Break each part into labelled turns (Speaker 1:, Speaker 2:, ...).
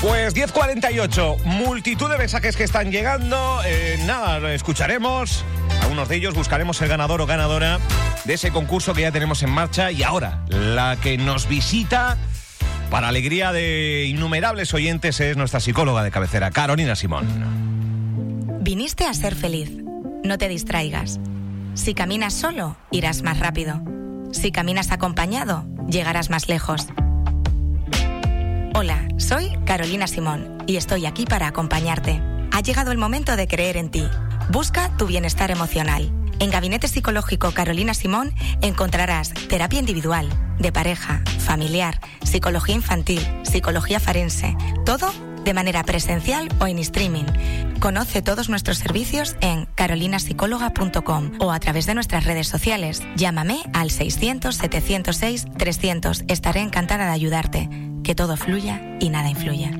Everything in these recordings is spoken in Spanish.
Speaker 1: Pues 10.48, multitud de mensajes que están llegando. Eh, nada, lo escucharemos. Algunos de ellos buscaremos el ganador o ganadora de ese concurso que ya tenemos en marcha. Y ahora, la que nos visita, para alegría de innumerables oyentes, es nuestra psicóloga de cabecera, Carolina Simón.
Speaker 2: Viniste a ser feliz. No te distraigas. Si caminas solo, irás más rápido. Si caminas acompañado, llegarás más lejos. Hola, soy Carolina Simón y estoy aquí para acompañarte. Ha llegado el momento de creer en ti. Busca tu bienestar emocional. En Gabinete Psicológico Carolina Simón encontrarás terapia individual, de pareja, familiar, psicología infantil, psicología forense, todo de manera presencial o en streaming. Conoce todos nuestros servicios en carolinasicóloga.com o a través de nuestras redes sociales. Llámame al 600-706-300. Estaré encantada de ayudarte. Que todo fluya y nada influya.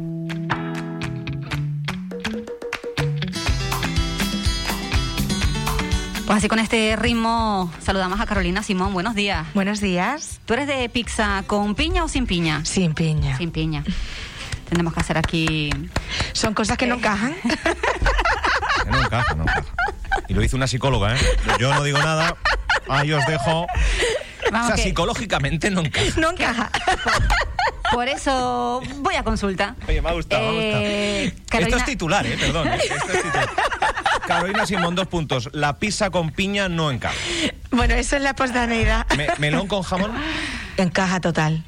Speaker 3: Pues así con este ritmo saludamos a Carolina Simón. Buenos días.
Speaker 4: Buenos días.
Speaker 3: ¿Tú eres de pizza con piña o sin piña?
Speaker 4: Sin piña.
Speaker 3: Sin piña. Tenemos que hacer aquí.
Speaker 4: Son cosas Eh, que no encajan.
Speaker 1: Que No encaja, no encaja. Y lo dice una psicóloga, ¿eh? Yo no digo nada. Ahí os dejo.
Speaker 3: Vamos,
Speaker 1: o sea,
Speaker 3: que-
Speaker 1: psicológicamente no encaja.
Speaker 4: No encaja.
Speaker 3: Por eso voy a consulta.
Speaker 1: Oye, me ha gustado, me ha gustado.
Speaker 3: Eh,
Speaker 1: Esto
Speaker 3: Carolina,
Speaker 1: es titular, ¿eh? Perdón. ¿eh? Esto es titular. Carolina Simón, dos puntos. La pizza con piña no encaja.
Speaker 4: Bueno, eso es la posdaneidad.
Speaker 1: Me- melón con jamón.
Speaker 4: Encaja total.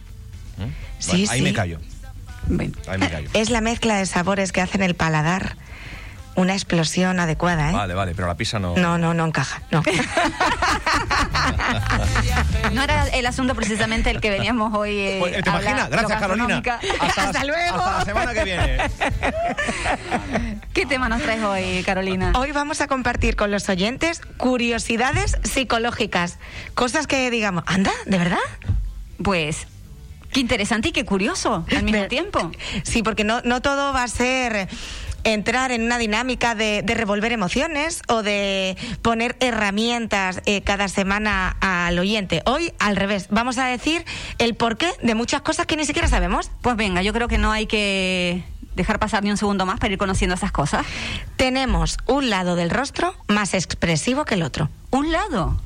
Speaker 1: ¿Mm?
Speaker 4: Sí,
Speaker 1: Bueno, ahí
Speaker 4: sí. Eh,
Speaker 1: me callo.
Speaker 3: Bueno,
Speaker 1: Ahí me callo.
Speaker 4: Es la mezcla de sabores que hacen el paladar. Una explosión adecuada, ¿eh?
Speaker 1: Vale, vale, pero la pizza no.
Speaker 4: No, no, no encaja. No.
Speaker 3: no era el asunto precisamente el que veníamos hoy. eh,
Speaker 1: Pues, ¿Te
Speaker 3: a hablar,
Speaker 1: imaginas? Gracias,
Speaker 3: lo
Speaker 1: Carolina.
Speaker 3: gastronómica.
Speaker 1: la-
Speaker 4: Hasta luego.
Speaker 1: Hasta la semana que viene.
Speaker 3: ¿Qué tema nos traes hoy, Carolina?
Speaker 4: Hoy vamos a compartir con los oyentes curiosidades psicológicas. Cosas que digamos, anda, ¿de verdad?
Speaker 3: Pues, qué interesante y qué curioso al mismo
Speaker 4: Ver-
Speaker 3: tiempo.
Speaker 4: Sí, porque no, no todo va a ser entrar en una dinámica de, de revolver emociones o de poner herramientas eh, cada semana al oyente. Hoy, al revés, vamos a decir el porqué de muchas cosas que ni siquiera sabemos.
Speaker 3: Pues venga, yo creo que no hay que dejar pasar ni un segundo más para ir conociendo esas cosas.
Speaker 4: Tenemos un lado del rostro más expresivo que el otro.
Speaker 3: Un lado.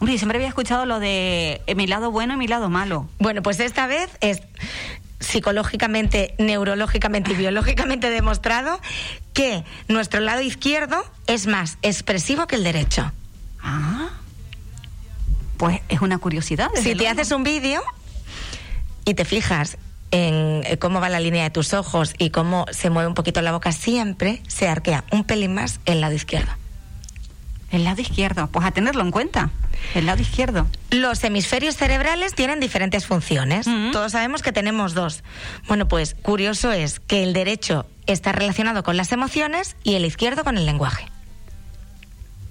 Speaker 3: Hombre, yo siempre había escuchado lo de eh, mi lado bueno y mi lado malo.
Speaker 4: Bueno, pues esta vez es psicológicamente, neurológicamente y biológicamente demostrado que nuestro lado izquierdo es más expresivo que el derecho.
Speaker 3: Ah. Pues es una curiosidad. desde
Speaker 4: si te
Speaker 3: luego.
Speaker 4: haces un vídeo y te fijas en eh, cómo va la línea de tus ojos y cómo se mueve un poquito la boca, siempre se arquea un pelín más el lado izquierdo.
Speaker 3: El lado izquierdo, pues a tenerlo en cuenta. El lado izquierdo.
Speaker 4: Los hemisferios cerebrales tienen diferentes funciones.
Speaker 3: Ujú.
Speaker 4: Todos sabemos que tenemos dos. Bueno, pues curioso es que el derecho está relacionado con las emociones y el izquierdo con el lenguaje.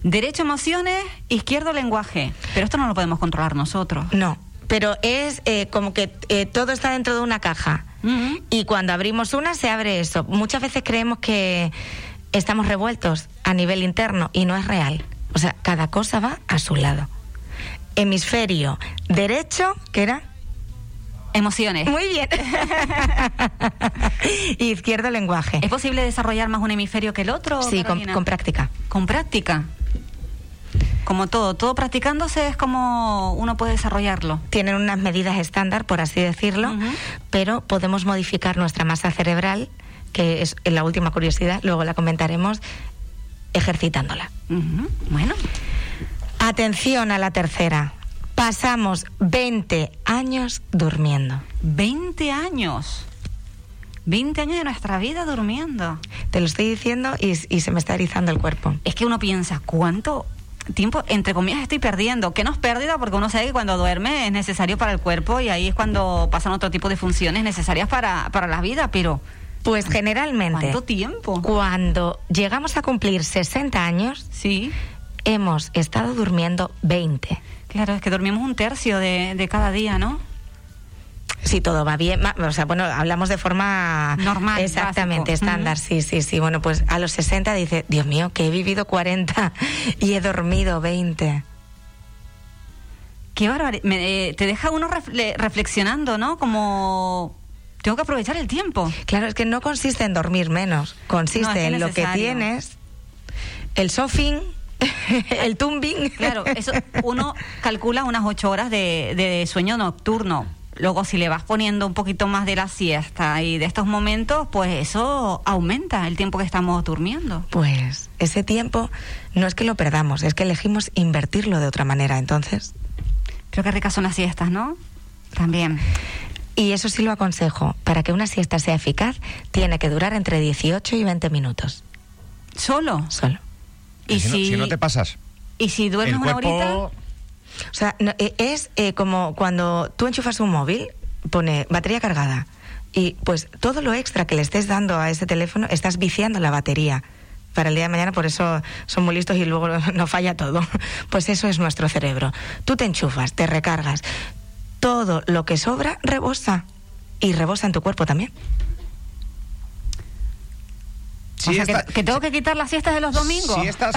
Speaker 3: Derecho emociones, izquierdo lenguaje. Pero esto no lo podemos controlar nosotros.
Speaker 4: No, pero es eh, como que eh, todo está dentro de una caja.
Speaker 3: Ujú.
Speaker 4: Y cuando abrimos una, se abre eso. Muchas veces creemos que estamos revueltos a nivel interno y no es real. O sea, cada cosa va a su lado. Hemisferio derecho, ¿qué era?
Speaker 3: Emociones.
Speaker 4: Muy bien. y izquierdo lenguaje.
Speaker 3: ¿Es posible desarrollar más un hemisferio que el otro?
Speaker 4: Sí, con,
Speaker 3: Carolina?
Speaker 4: con práctica.
Speaker 3: Con práctica. Como todo, todo practicándose es como uno puede desarrollarlo.
Speaker 4: Tienen unas medidas estándar, por así decirlo,
Speaker 3: Ujú.
Speaker 4: pero podemos modificar nuestra masa cerebral, que es la última curiosidad, luego la comentaremos, ejercitándola.
Speaker 3: Ujú. Bueno,
Speaker 4: Atención a la tercera. Pasamos 20 años durmiendo.
Speaker 3: 20 años. 20 años de nuestra vida durmiendo.
Speaker 4: Te lo estoy diciendo y, y se me está erizando el cuerpo.
Speaker 3: Es que uno piensa, ¿cuánto tiempo, entre comillas, estoy perdiendo? Que no es pérdida porque uno sabe que cuando duerme es necesario para el cuerpo y ahí es cuando pasan otro tipo de funciones necesarias para, para la vida, pero
Speaker 4: Pues generalmente,
Speaker 3: ¿cuánto tiempo?
Speaker 4: cuando llegamos a cumplir 60 años,
Speaker 3: Sí,
Speaker 4: hemos estado durmiendo 20.
Speaker 3: claro, es que dormimos un tercio de, de cada día, ¿no?
Speaker 4: Si todo va bien, ma- o sea, bueno, hablamos de forma
Speaker 3: Normal,
Speaker 4: exactamente,
Speaker 3: básico.
Speaker 4: estándar,
Speaker 3: Ujú.
Speaker 4: sí, sí, sí. Bueno, pues a los 60 dice, Dios mío, que he vivido 40 y he dormido 20.
Speaker 3: eh, Qué barbaridad. te deja uno refle- reflexionando, ¿no? Como Tengo que aprovechar el tiempo.
Speaker 4: Claro, es que no consiste en dormir menos, consiste
Speaker 3: No, es que
Speaker 4: en lo que
Speaker 3: necesario.
Speaker 4: tienes, el sofing, el tumbing.
Speaker 3: Claro, eso, uno calcula unas ocho horas de, de sueño nocturno. Luego, si le vas poniendo un poquito más de la siesta y de estos momentos, pues eso aumenta el tiempo que estamos durmiendo.
Speaker 4: Pues ese tiempo no es que lo perdamos, es que elegimos invertirlo de otra manera entonces.
Speaker 3: Pero qué ricas son las siestas, ¿no? También.
Speaker 4: Y eso sí lo aconsejo, para que una siesta sea eficaz, tiene que durar entre 18 y 20 minutos
Speaker 3: Solo.
Speaker 4: solo.
Speaker 3: Y
Speaker 1: si, no, si no te pasas.
Speaker 3: y si duermes
Speaker 1: El
Speaker 3: una
Speaker 1: cuerpo.
Speaker 3: horita.
Speaker 4: O sea, no, eh, es eh, como cuando tú enchufas un móvil, pone batería cargada. Y pues todo lo extra que le estés dando a ese teléfono, estás viciando la batería para el día de mañana, por eso son muy listos y luego no falla todo. Pues eso es nuestro cerebro. Tú te enchufas, te recargas. Todo lo que sobra rebosa. Y rebosa en tu cuerpo también.
Speaker 3: o
Speaker 1: Si
Speaker 3: sea,
Speaker 1: esta-
Speaker 3: que, que tengo que quitar las siestas de los domingos.
Speaker 1: Si estás,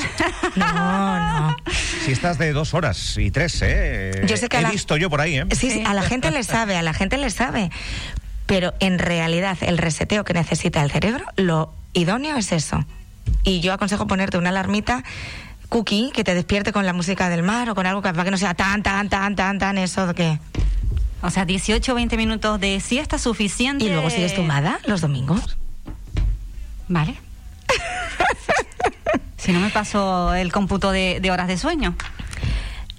Speaker 4: No, no.
Speaker 1: si estás de dos horas y tres, ¿eh?
Speaker 4: Yo sé que
Speaker 1: He
Speaker 4: a la-
Speaker 1: visto yo por ahí, ¿eh?
Speaker 4: Sí, sí, a la gente le sabe, a la gente le sabe. Pero en realidad el reseteo que necesita el cerebro, lo idóneo es eso. Y yo aconsejo ponerte una alarmita cookie que te despierte con la música del mar o con algo que, para que no sea tan, tan, tan, tan, tan eso de que...
Speaker 3: O sea, 18 o 20 minutos de siesta suficiente.
Speaker 4: Y luego sigues tomada los domingos.
Speaker 3: Vale. si no me paso el cómputo de, de horas de sueño.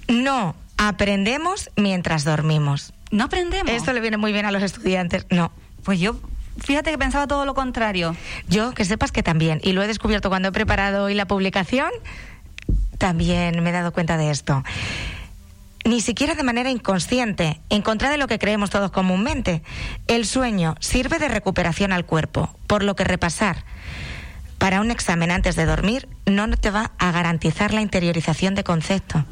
Speaker 4: No, aprendemos mientras dormimos.
Speaker 3: No aprendemos.
Speaker 4: Esto le viene muy bien a los estudiantes. No.
Speaker 3: Pues yo, fíjate que pensaba todo lo contrario.
Speaker 4: Yo, que sepas que también, y lo he descubierto cuando he preparado hoy la publicación, también me he dado cuenta de esto. Ni siquiera de manera inconsciente, en contra de lo que creemos todos comúnmente, el sueño sirve de recuperación al cuerpo, por lo que repasar para un examen antes de dormir no te va a garantizar la interiorización de conceptos.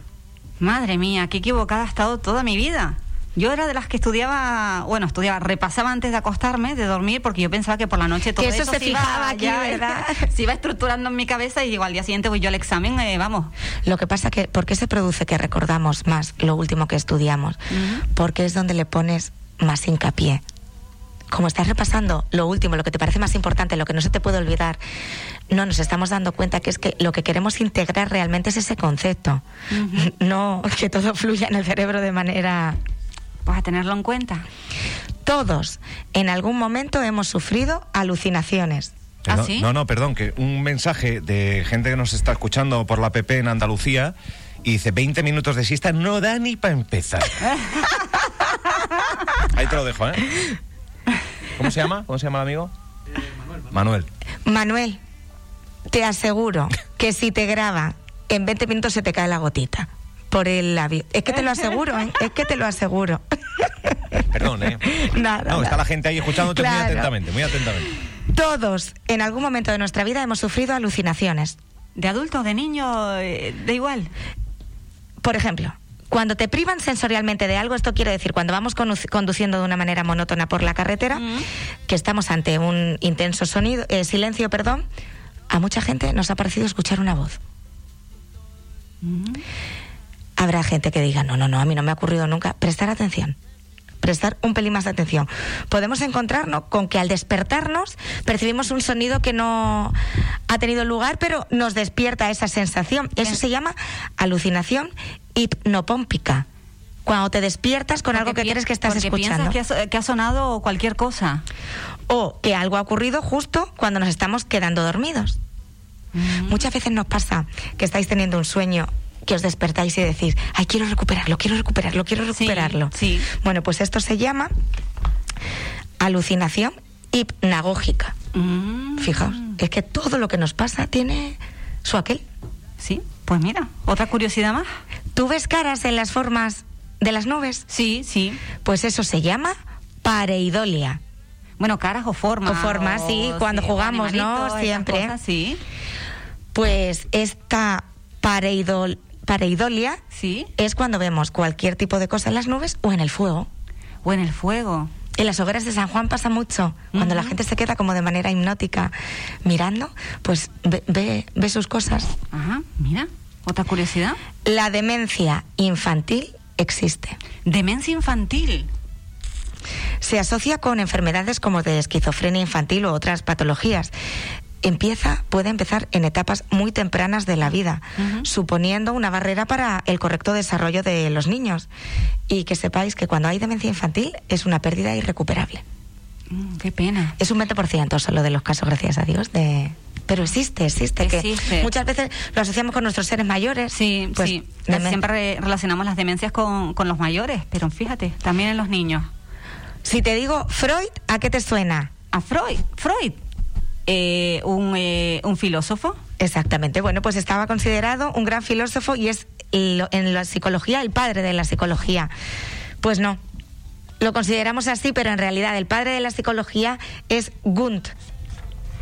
Speaker 3: Madre mía, qué equivocada ha estado toda mi vida. Yo era de las que estudiaba, bueno, estudiaba, repasaba antes de acostarme, de dormir, porque yo pensaba que por la noche todo
Speaker 4: Que eso se
Speaker 3: iba
Speaker 4: fijaba aquí,
Speaker 3: ya,
Speaker 4: ¿verdad?
Speaker 3: Se iba estructurando en mi cabeza y igual al día siguiente voy yo al examen, eh, vamos,
Speaker 4: Lo que pasa que, ¿por qué se produce que recordamos más lo último que estudiamos?
Speaker 3: Ujú.
Speaker 4: Porque es donde le pones más hincapié. Como estás repasando lo último, lo que te parece más importante, lo que no se te puede olvidar, no nos estamos dando cuenta que es que lo que queremos integrar realmente es ese concepto. No que todo fluya en el cerebro de manera...
Speaker 3: vas pues a tenerlo en cuenta.
Speaker 4: Todos en algún momento hemos sufrido alucinaciones.
Speaker 3: ¿Ah,
Speaker 1: no,
Speaker 3: sí?
Speaker 1: no, no, perdón, que un mensaje de gente que nos está escuchando por la PP en Andalucía y dice 20 minutos de siesta no da ni para empezar. Ahí te lo dejo, ¿eh? ¿Cómo se llama? ¿Cómo se llama el amigo? Manuel.
Speaker 4: Manuel, te aseguro que si te graba, en 20 minutos se te cae la gotita por el labio. Es que te lo aseguro, ¿eh? es que te lo aseguro.
Speaker 1: Perdón, ¿eh?
Speaker 4: Nada,
Speaker 1: No, está
Speaker 4: nada.
Speaker 1: la gente ahí escuchándote muy
Speaker 4: Claro.
Speaker 1: atentamente, muy atentamente.
Speaker 4: Todos, en algún momento de nuestra vida, hemos sufrido alucinaciones.
Speaker 3: De adulto, de niño, eh, da igual.
Speaker 4: Por ejemplo, cuando te privan sensorialmente de algo, esto quiero decir, cuando vamos conuc- conduciendo de una manera monótona por la carretera,
Speaker 3: Mm.
Speaker 4: que estamos ante un intenso sonido, eh, silencio, perdón, a mucha gente nos ha parecido escuchar una voz.
Speaker 3: Mm.
Speaker 4: Habrá gente que diga, no, no, no, a mí no me ha ocurrido nunca. Prestar atención. Prestar un pelín más de atención. Podemos encontrarnos con que al despertarnos percibimos un sonido que no ha tenido lugar, pero nos despierta esa sensación. Eso
Speaker 3: Bien.
Speaker 4: se llama alucinación hipnopómpica. Cuando te despiertas con algo
Speaker 3: Porque
Speaker 4: que
Speaker 3: pi-
Speaker 4: crees que estás
Speaker 3: porque
Speaker 4: escuchando.
Speaker 3: piensas que ha, so- que ha sonado cualquier cosa.
Speaker 4: O que algo ha ocurrido justo cuando nos estamos quedando dormidos.
Speaker 3: Mm.
Speaker 4: Muchas veces nos pasa que estáis teniendo un sueño que os despertáis y decís, ay, quiero recuperarlo, quiero recuperarlo, quiero recuperarlo.
Speaker 3: sí.
Speaker 4: Bueno, pues esto se llama alucinación hipnagógica.
Speaker 3: Mm.
Speaker 4: Fijaos, es que todo lo que nos pasa tiene su aquel.
Speaker 3: Sí, pues mira, otra curiosidad más.
Speaker 4: ¿Tú ves caras en las formas de las nubes?
Speaker 3: Sí, sí.
Speaker 4: Pues eso se llama pareidolia.
Speaker 3: Bueno, caras o formas.
Speaker 4: O formas, sí, cuando jugamos, ¿no?
Speaker 3: animalitos, esas
Speaker 4: Siempre.
Speaker 3: cosas, sí,
Speaker 4: Pues esta pareidol- pareidolia
Speaker 3: sí.
Speaker 4: es cuando vemos cualquier tipo de cosa en las nubes o en el fuego.
Speaker 3: O en el fuego.
Speaker 4: En las hogueras de San Juan pasa mucho. Cuando la
Speaker 3: Ujú.
Speaker 4: gente se queda como de manera hipnótica mirando, pues ve, ve- ve sus cosas.
Speaker 3: Ajá, mira. Otra curiosidad.
Speaker 4: La demencia infantil existe.
Speaker 3: Demencia infantil.
Speaker 4: Se asocia con enfermedades como de esquizofrenia infantil u otras patologías. Empieza, puede empezar en etapas muy tempranas de la vida,
Speaker 3: Ujú.
Speaker 4: suponiendo una barrera para el correcto desarrollo de los niños. Y que sepáis que cuando hay demencia infantil es una pérdida irrecuperable.
Speaker 3: Mm, qué pena.
Speaker 4: Es un 20% solo de los casos, gracias a Dios, de... Pero existe, existe,
Speaker 3: Existe.
Speaker 4: que muchas veces lo asociamos con nuestros seres mayores.
Speaker 3: Sí,
Speaker 4: Pues,
Speaker 3: sí.
Speaker 4: demen-
Speaker 3: Siempre re- relacionamos las demencias con, con los mayores, pero fíjate, también en los niños.
Speaker 4: Si te digo Freud, ¿a qué te suena?
Speaker 3: A Freud, Freud, eh, un, eh, un filósofo.
Speaker 4: Exactamente. Bueno, pues estaba considerado un gran filósofo y es lo- en la psicología el padre de la psicología. Pues no. Lo consideramos así, pero en realidad el padre de la psicología es Gunt.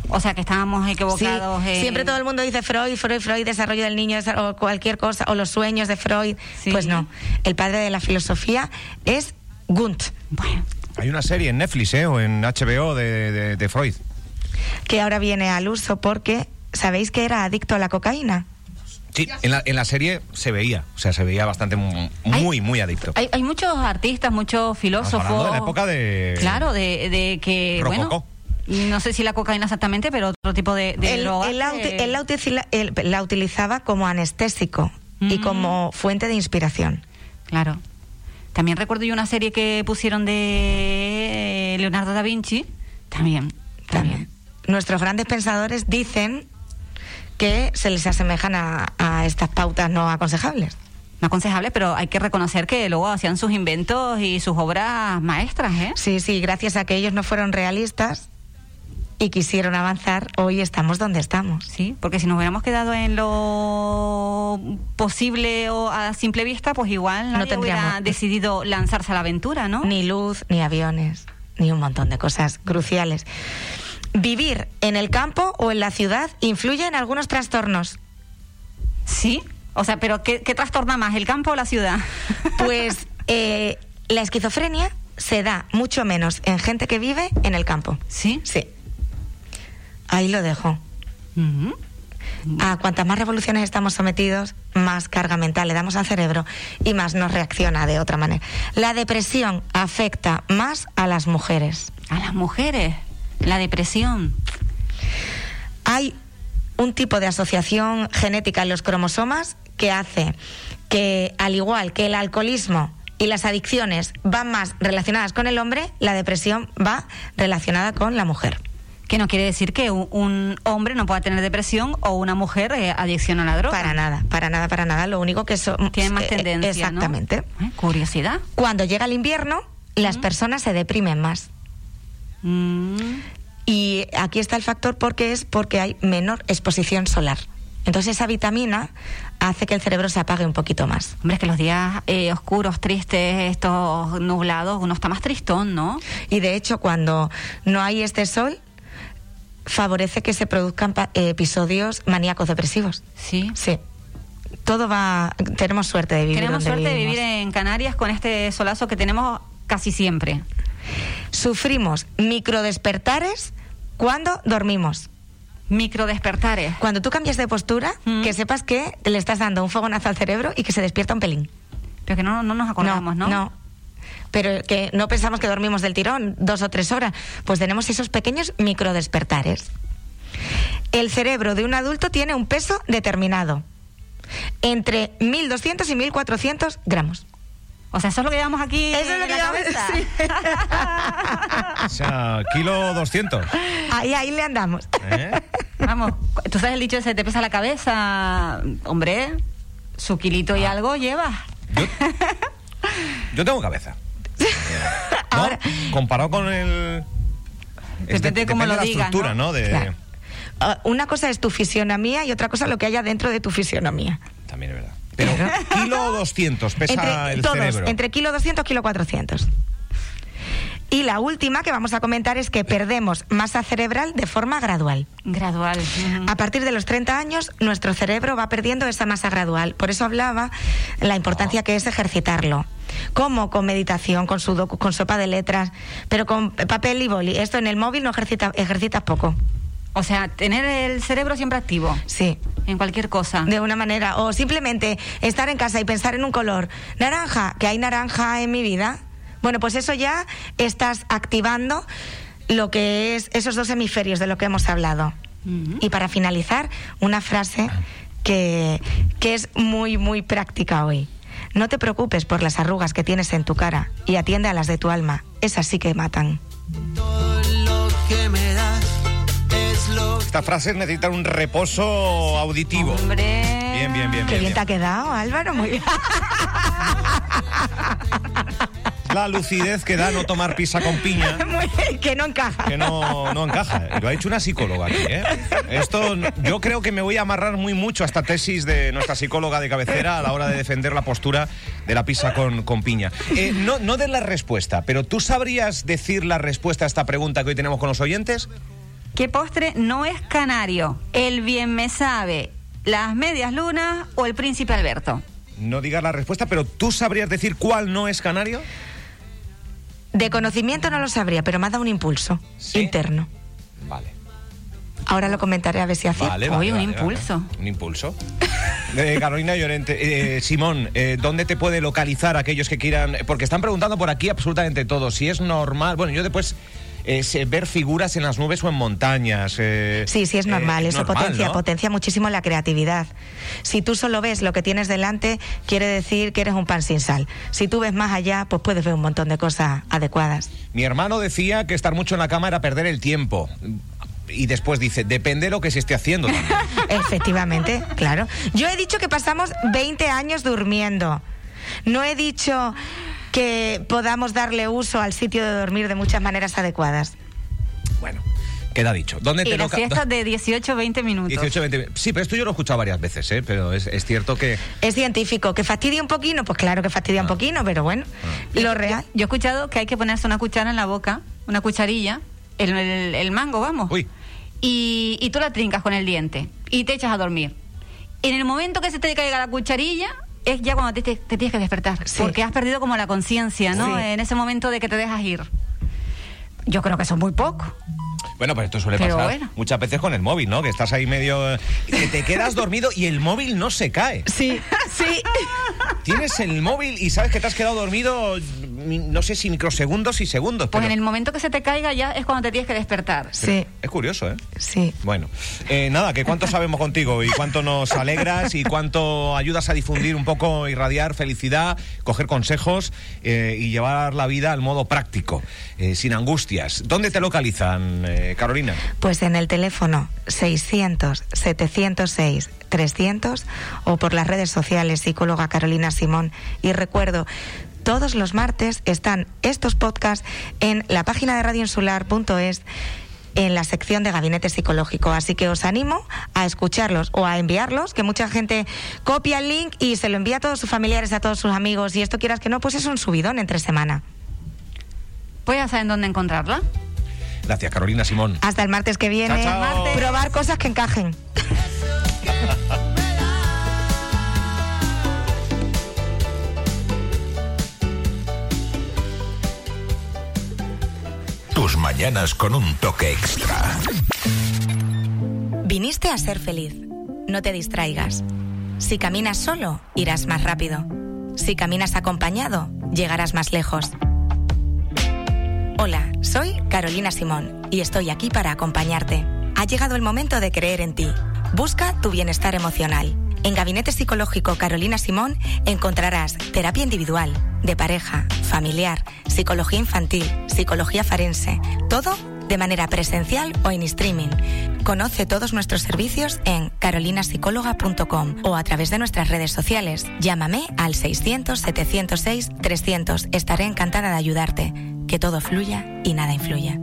Speaker 3: O sea que estábamos
Speaker 4: Sí,
Speaker 3: equivocados. eh,
Speaker 4: siempre todo el mundo dice Freud, Freud, Freud, desarrollo del niño desa- o cualquier cosa, o los sueños de Freud.
Speaker 3: Sí.
Speaker 4: Pues no, el padre de la filosofía es Gunt,
Speaker 3: Bueno,
Speaker 1: Hay una serie en Netflix, ¿eh? O en HBO de, de- de Freud.
Speaker 4: que ahora viene al uso porque sabéis que era adicto a la cocaína.
Speaker 1: Sí, en la, en la serie se veía. O sea, se veía bastante, mu-
Speaker 3: Ay.
Speaker 1: muy, muy adicto.
Speaker 3: hay, hay muchos artistas, muchos
Speaker 1: Estamos
Speaker 3: filósofos.
Speaker 1: hablando de la época de-
Speaker 3: Claro, de, de que.
Speaker 1: Rococó.
Speaker 3: Bueno, no sé si la cocaína exactamente, pero otro tipo de, de
Speaker 4: él,
Speaker 3: droga
Speaker 4: él la uti-
Speaker 3: que-
Speaker 4: él la uticila- él la utilizaba como anestésico y
Speaker 3: Mm.
Speaker 4: como fuente de inspiración.
Speaker 3: Claro. También recuerdo yo una serie que pusieron de eh, Leonardo da Vinci. También,
Speaker 4: También.
Speaker 3: también.
Speaker 4: Nuestros grandes pensadores dicen que se les asemejan a, a estas pautas no aconsejables.
Speaker 3: No aconsejable, pero hay que reconocer que luego hacían sus inventos y sus obras maestras, ¿eh?
Speaker 4: Sí, sí, gracias a que ellos no fueron realistas y quisieron avanzar, hoy estamos donde estamos.
Speaker 3: Sí, porque si nos hubiéramos quedado en lo posible o a simple vista, pues igual
Speaker 4: No
Speaker 3: nadie hubiera
Speaker 4: tendríamos-
Speaker 3: decidido lanzarse a la aventura, ¿no?
Speaker 4: Ni luz, ni aviones, ni un montón de cosas cruciales. Vivir en el campo o en la ciudad influye en algunos trastornos.
Speaker 3: Sí. O sea, pero ¿qué, qué trastorna más, el campo o la ciudad?
Speaker 4: Pues eh, la esquizofrenia se da mucho menos en gente que vive en el campo.
Speaker 3: Sí.
Speaker 4: Sí. Ahí lo dejo.
Speaker 3: Ujú.
Speaker 4: A cuantas más revoluciones estamos sometidos, más carga mental le damos al cerebro y más nos reacciona de otra manera. La depresión afecta más a las mujeres.
Speaker 3: A las mujeres, la depresión.
Speaker 4: Hay un tipo de asociación genética en los cromosomas que hace que, al igual que el alcoholismo y las adicciones van más relacionadas con el hombre, la depresión va relacionada con la mujer.
Speaker 3: Que no quiere decir que un, un hombre no pueda tener depresión o una mujer eh, adicción a la droga.
Speaker 4: Para nada, para nada, para nada. Lo único que eso...
Speaker 3: Tiene más
Speaker 4: eh,
Speaker 3: tendencia. ¿no?
Speaker 4: Exactamente.
Speaker 3: Ay, ¿Eh? Curiosidad.
Speaker 4: Cuando llega el invierno, las personas se deprimen más.
Speaker 3: Mm,
Speaker 4: Y aquí está el factor porque es porque hay menor exposición solar. Entonces esa vitamina hace que el cerebro se apague un poquito más.
Speaker 3: Hombre, es que los días eh, oscuros, tristes, estos nublados, uno está más tristón, ¿no?
Speaker 4: Y de hecho cuando no hay este sol, favorece que se produzcan pa- episodios maníacos depresivos.
Speaker 3: Sí.
Speaker 4: Sí. Todo va... Tenemos suerte de vivir
Speaker 3: Tenemos
Speaker 4: donde
Speaker 3: suerte de
Speaker 4: vivimos.
Speaker 3: vivir en Canarias con este solazo que tenemos casi siempre.
Speaker 4: Sufrimos microdespertares cuando dormimos.
Speaker 3: Micro despertares.
Speaker 4: Cuando tú cambias de postura,
Speaker 3: Mm.
Speaker 4: que sepas que le estás dando un fogonazo al cerebro y que se despierta un pelín.
Speaker 3: Pero que no, no nos acordamos, ¿no?
Speaker 4: No. Pero que no pensamos que dormimos del tirón dos o tres horas. Pues tenemos esos pequeños microdespertares. El cerebro de un adulto tiene un peso determinado. Entre 1.200 y 1.400 gramos.
Speaker 3: O sea, eso es lo que llevamos aquí. en la
Speaker 4: yo-
Speaker 3: cabeza.
Speaker 4: sí.
Speaker 1: O sea, kilo 200.
Speaker 4: Ahí, ahí le andamos.
Speaker 1: ¿eh?
Speaker 3: Vamos, tú sabes el dicho ese, te pesa la cabeza, hombre, su kilito y algo llevas.
Speaker 1: Yo, yo tengo cabeza. ¿No?
Speaker 4: Ahora-
Speaker 1: Comparado con el...
Speaker 3: Depende de cómo lo
Speaker 1: la
Speaker 3: digas,
Speaker 1: estructura, ¿no?
Speaker 3: ¿no?
Speaker 1: De-
Speaker 4: Claro. Ah, Una cosa es tu fisionomía y otra cosa lo que haya dentro de tu fisionomía.
Speaker 1: También es verdad. Pero kilo 200 pesa
Speaker 4: entre
Speaker 1: el
Speaker 4: todos,
Speaker 1: cerebro.
Speaker 4: entre kilo 200 kilo 400. Y la última que vamos a comentar es que perdemos masa cerebral de forma gradual.
Speaker 3: Gradual. Ah. ujú.
Speaker 4: A partir de los 30 años, nuestro cerebro va perdiendo esa masa gradual. Por eso hablaba la importancia que es ejercitarlo. Como con meditación, con sudoku, con sopa de letras, pero con papel y boli. Esto en el móvil no ejercita, ejercitas poco.
Speaker 3: O sea, tener el cerebro siempre activo
Speaker 4: Sí.
Speaker 3: en cualquier cosa.
Speaker 4: de una manera o simplemente estar en casa y pensar en un color naranja que hay naranja en mi vida Bueno, pues eso ya estás activando lo que es esos dos hemisferios de lo que hemos hablado.
Speaker 3: Ujú.
Speaker 4: Y para finalizar, una frase que, que es muy, muy práctica hoy. No te preocupes por las arrugas que tienes en tu cara y atiende a las de tu alma. Esas sí que matan.
Speaker 5: Lo que me das es lo
Speaker 1: Estas frases necesitan un reposo auditivo.
Speaker 3: Hombre.
Speaker 1: Bien, bien, bien.
Speaker 4: Qué bien te ha quedado, Álvaro. Muy bien.
Speaker 1: La lucidez que da no tomar pizza con piña.
Speaker 4: Muy bien, que no encaja.
Speaker 1: que no, no encaja. Lo ha hecho una psicóloga aquí, ¿eh? Esto n- yo creo que me voy a amarrar muy mucho a esta tesis de nuestra psicóloga de cabecera a la hora de defender la postura de la pizza con, con piña. Eh, no, no de la respuesta, pero ¿tú sabrías decir la respuesta a esta pregunta que hoy tenemos con los oyentes?
Speaker 3: ¿Qué postre no es canario? El bien me sabe, las medias lunas o el príncipe Alberto.
Speaker 1: No digas la respuesta, pero ¿tú sabrías decir cuál no es canario?
Speaker 4: De conocimiento no lo sabría, pero me ha dado un impulso
Speaker 1: ¿Sí?
Speaker 4: interno.
Speaker 1: Vale.
Speaker 4: Ahora lo comentaré a ver si hace.
Speaker 1: Vale,
Speaker 3: Uy,
Speaker 1: vale,
Speaker 3: un
Speaker 1: vale,
Speaker 3: impulso.
Speaker 1: vale. Un impulso. Eh, Carolina Llorente, eh, Simón, eh, ¿dónde te puede localizar aquellos que quieran? Porque están preguntando por aquí absolutamente todo. Si es normal, bueno, yo después eh, sé ver figuras en las nubes o en montañas. eh,
Speaker 4: Sí, sí, es
Speaker 1: eh,
Speaker 4: normal. eso
Speaker 1: normal,
Speaker 4: potencia,
Speaker 1: ¿no?
Speaker 4: potencia muchísimo la creatividad. Si tú solo ves lo que tienes delante, quiere decir que eres un pan sin sal. Si tú ves más allá, pues puedes ver un montón de cosas adecuadas.
Speaker 1: Mi hermano decía que estar mucho en la cama era perder el tiempo. Y después dice, depende lo que se esté haciendo. también".
Speaker 4: Efectivamente, claro. Yo he dicho que pasamos 20 años durmiendo. No he dicho que podamos darle uso al sitio de dormir de muchas maneras adecuadas.
Speaker 1: bueno, queda dicho. ¿Dónde
Speaker 3: Y
Speaker 1: te
Speaker 3: la
Speaker 1: loca-
Speaker 3: siesta de 18 20 minutos.
Speaker 1: 18, 20. Sí, pero esto yo lo he escuchado varias veces, ¿eh? pero es, es cierto que...
Speaker 4: Es científico. ¿Que fastidia un poquito? Pues claro que fastidia un poquito, pero bueno, lo real.
Speaker 3: Yo he escuchado que hay que ponerse una cuchara en la boca, una cucharilla, el, el- el mango, vamos.
Speaker 1: Uy.
Speaker 3: Y, y tú la trincas con el diente y te echas a dormir. En el momento que se te caiga la cucharilla, es ya cuando te, te- te tienes que despertar.
Speaker 4: Sí.
Speaker 3: Porque has perdido como la conciencia, ¿no?
Speaker 4: Sí.
Speaker 3: En ese momento de que te dejas ir. Yo creo que son muy pocos.
Speaker 1: Bueno, pero esto suele
Speaker 3: Pero
Speaker 1: pasar
Speaker 3: bueno.
Speaker 1: muchas veces con el móvil, ¿no? Que estás ahí medio... eh, Que te quedas dormido y el móvil no se cae.
Speaker 4: Sí, sí.
Speaker 1: Tienes el móvil y sabes que te has quedado dormido, mi- no sé si microsegundos y segundos.
Speaker 3: Pues
Speaker 1: pero-
Speaker 3: en el momento que se te caiga ya es cuando te tienes que despertar.
Speaker 4: Sí,
Speaker 1: Es curioso, ¿eh?
Speaker 4: sí.
Speaker 1: Bueno, eh, nada, que cuánto sabemos contigo y cuánto nos alegras y cuánto ayudas a difundir un poco, irradiar felicidad, coger consejos eh, y llevar la vida al modo práctico, eh, sin angustias. ¿Dónde te localizan, eh, Carolina?
Speaker 4: Pues en el teléfono 600-706-300 o por las redes sociales psicóloga Carolina Simón. Y recuerdo, todos los martes están estos podcasts en la página de radioinsular.es en la sección de gabinete psicológico. Así que os animo a escucharlos o a enviarlos, que mucha gente copia el link y se lo envía a todos sus familiares, a todos sus amigos. Y esto quieras que no, pues es un subidón entre semana.
Speaker 3: Pues ya saben dónde encontrarla.
Speaker 1: Gracias, Carolina Simón.
Speaker 4: Hasta el martes que viene,
Speaker 1: Chao, chao. Martes.
Speaker 4: probar cosas que encajen.
Speaker 6: Tus mañanas con un toque extra.
Speaker 2: Viniste a ser feliz. No te distraigas. Si caminas solo, irás más rápido. Si caminas acompañado, llegarás más lejos. Hola, soy Carolina Simón y estoy aquí para acompañarte. Ha llegado el momento de creer en ti. Busca tu bienestar emocional. En Gabinete Psicológico Carolina Simón encontrarás terapia individual, de pareja, familiar, psicología infantil, psicología forense, todo de manera presencial o en streaming. Conoce todos nuestros servicios en carolinasicóloga.com o a través de nuestras redes sociales. Llámame al 600-706-300. Estaré encantada de ayudarte. Que todo fluya y nada influya.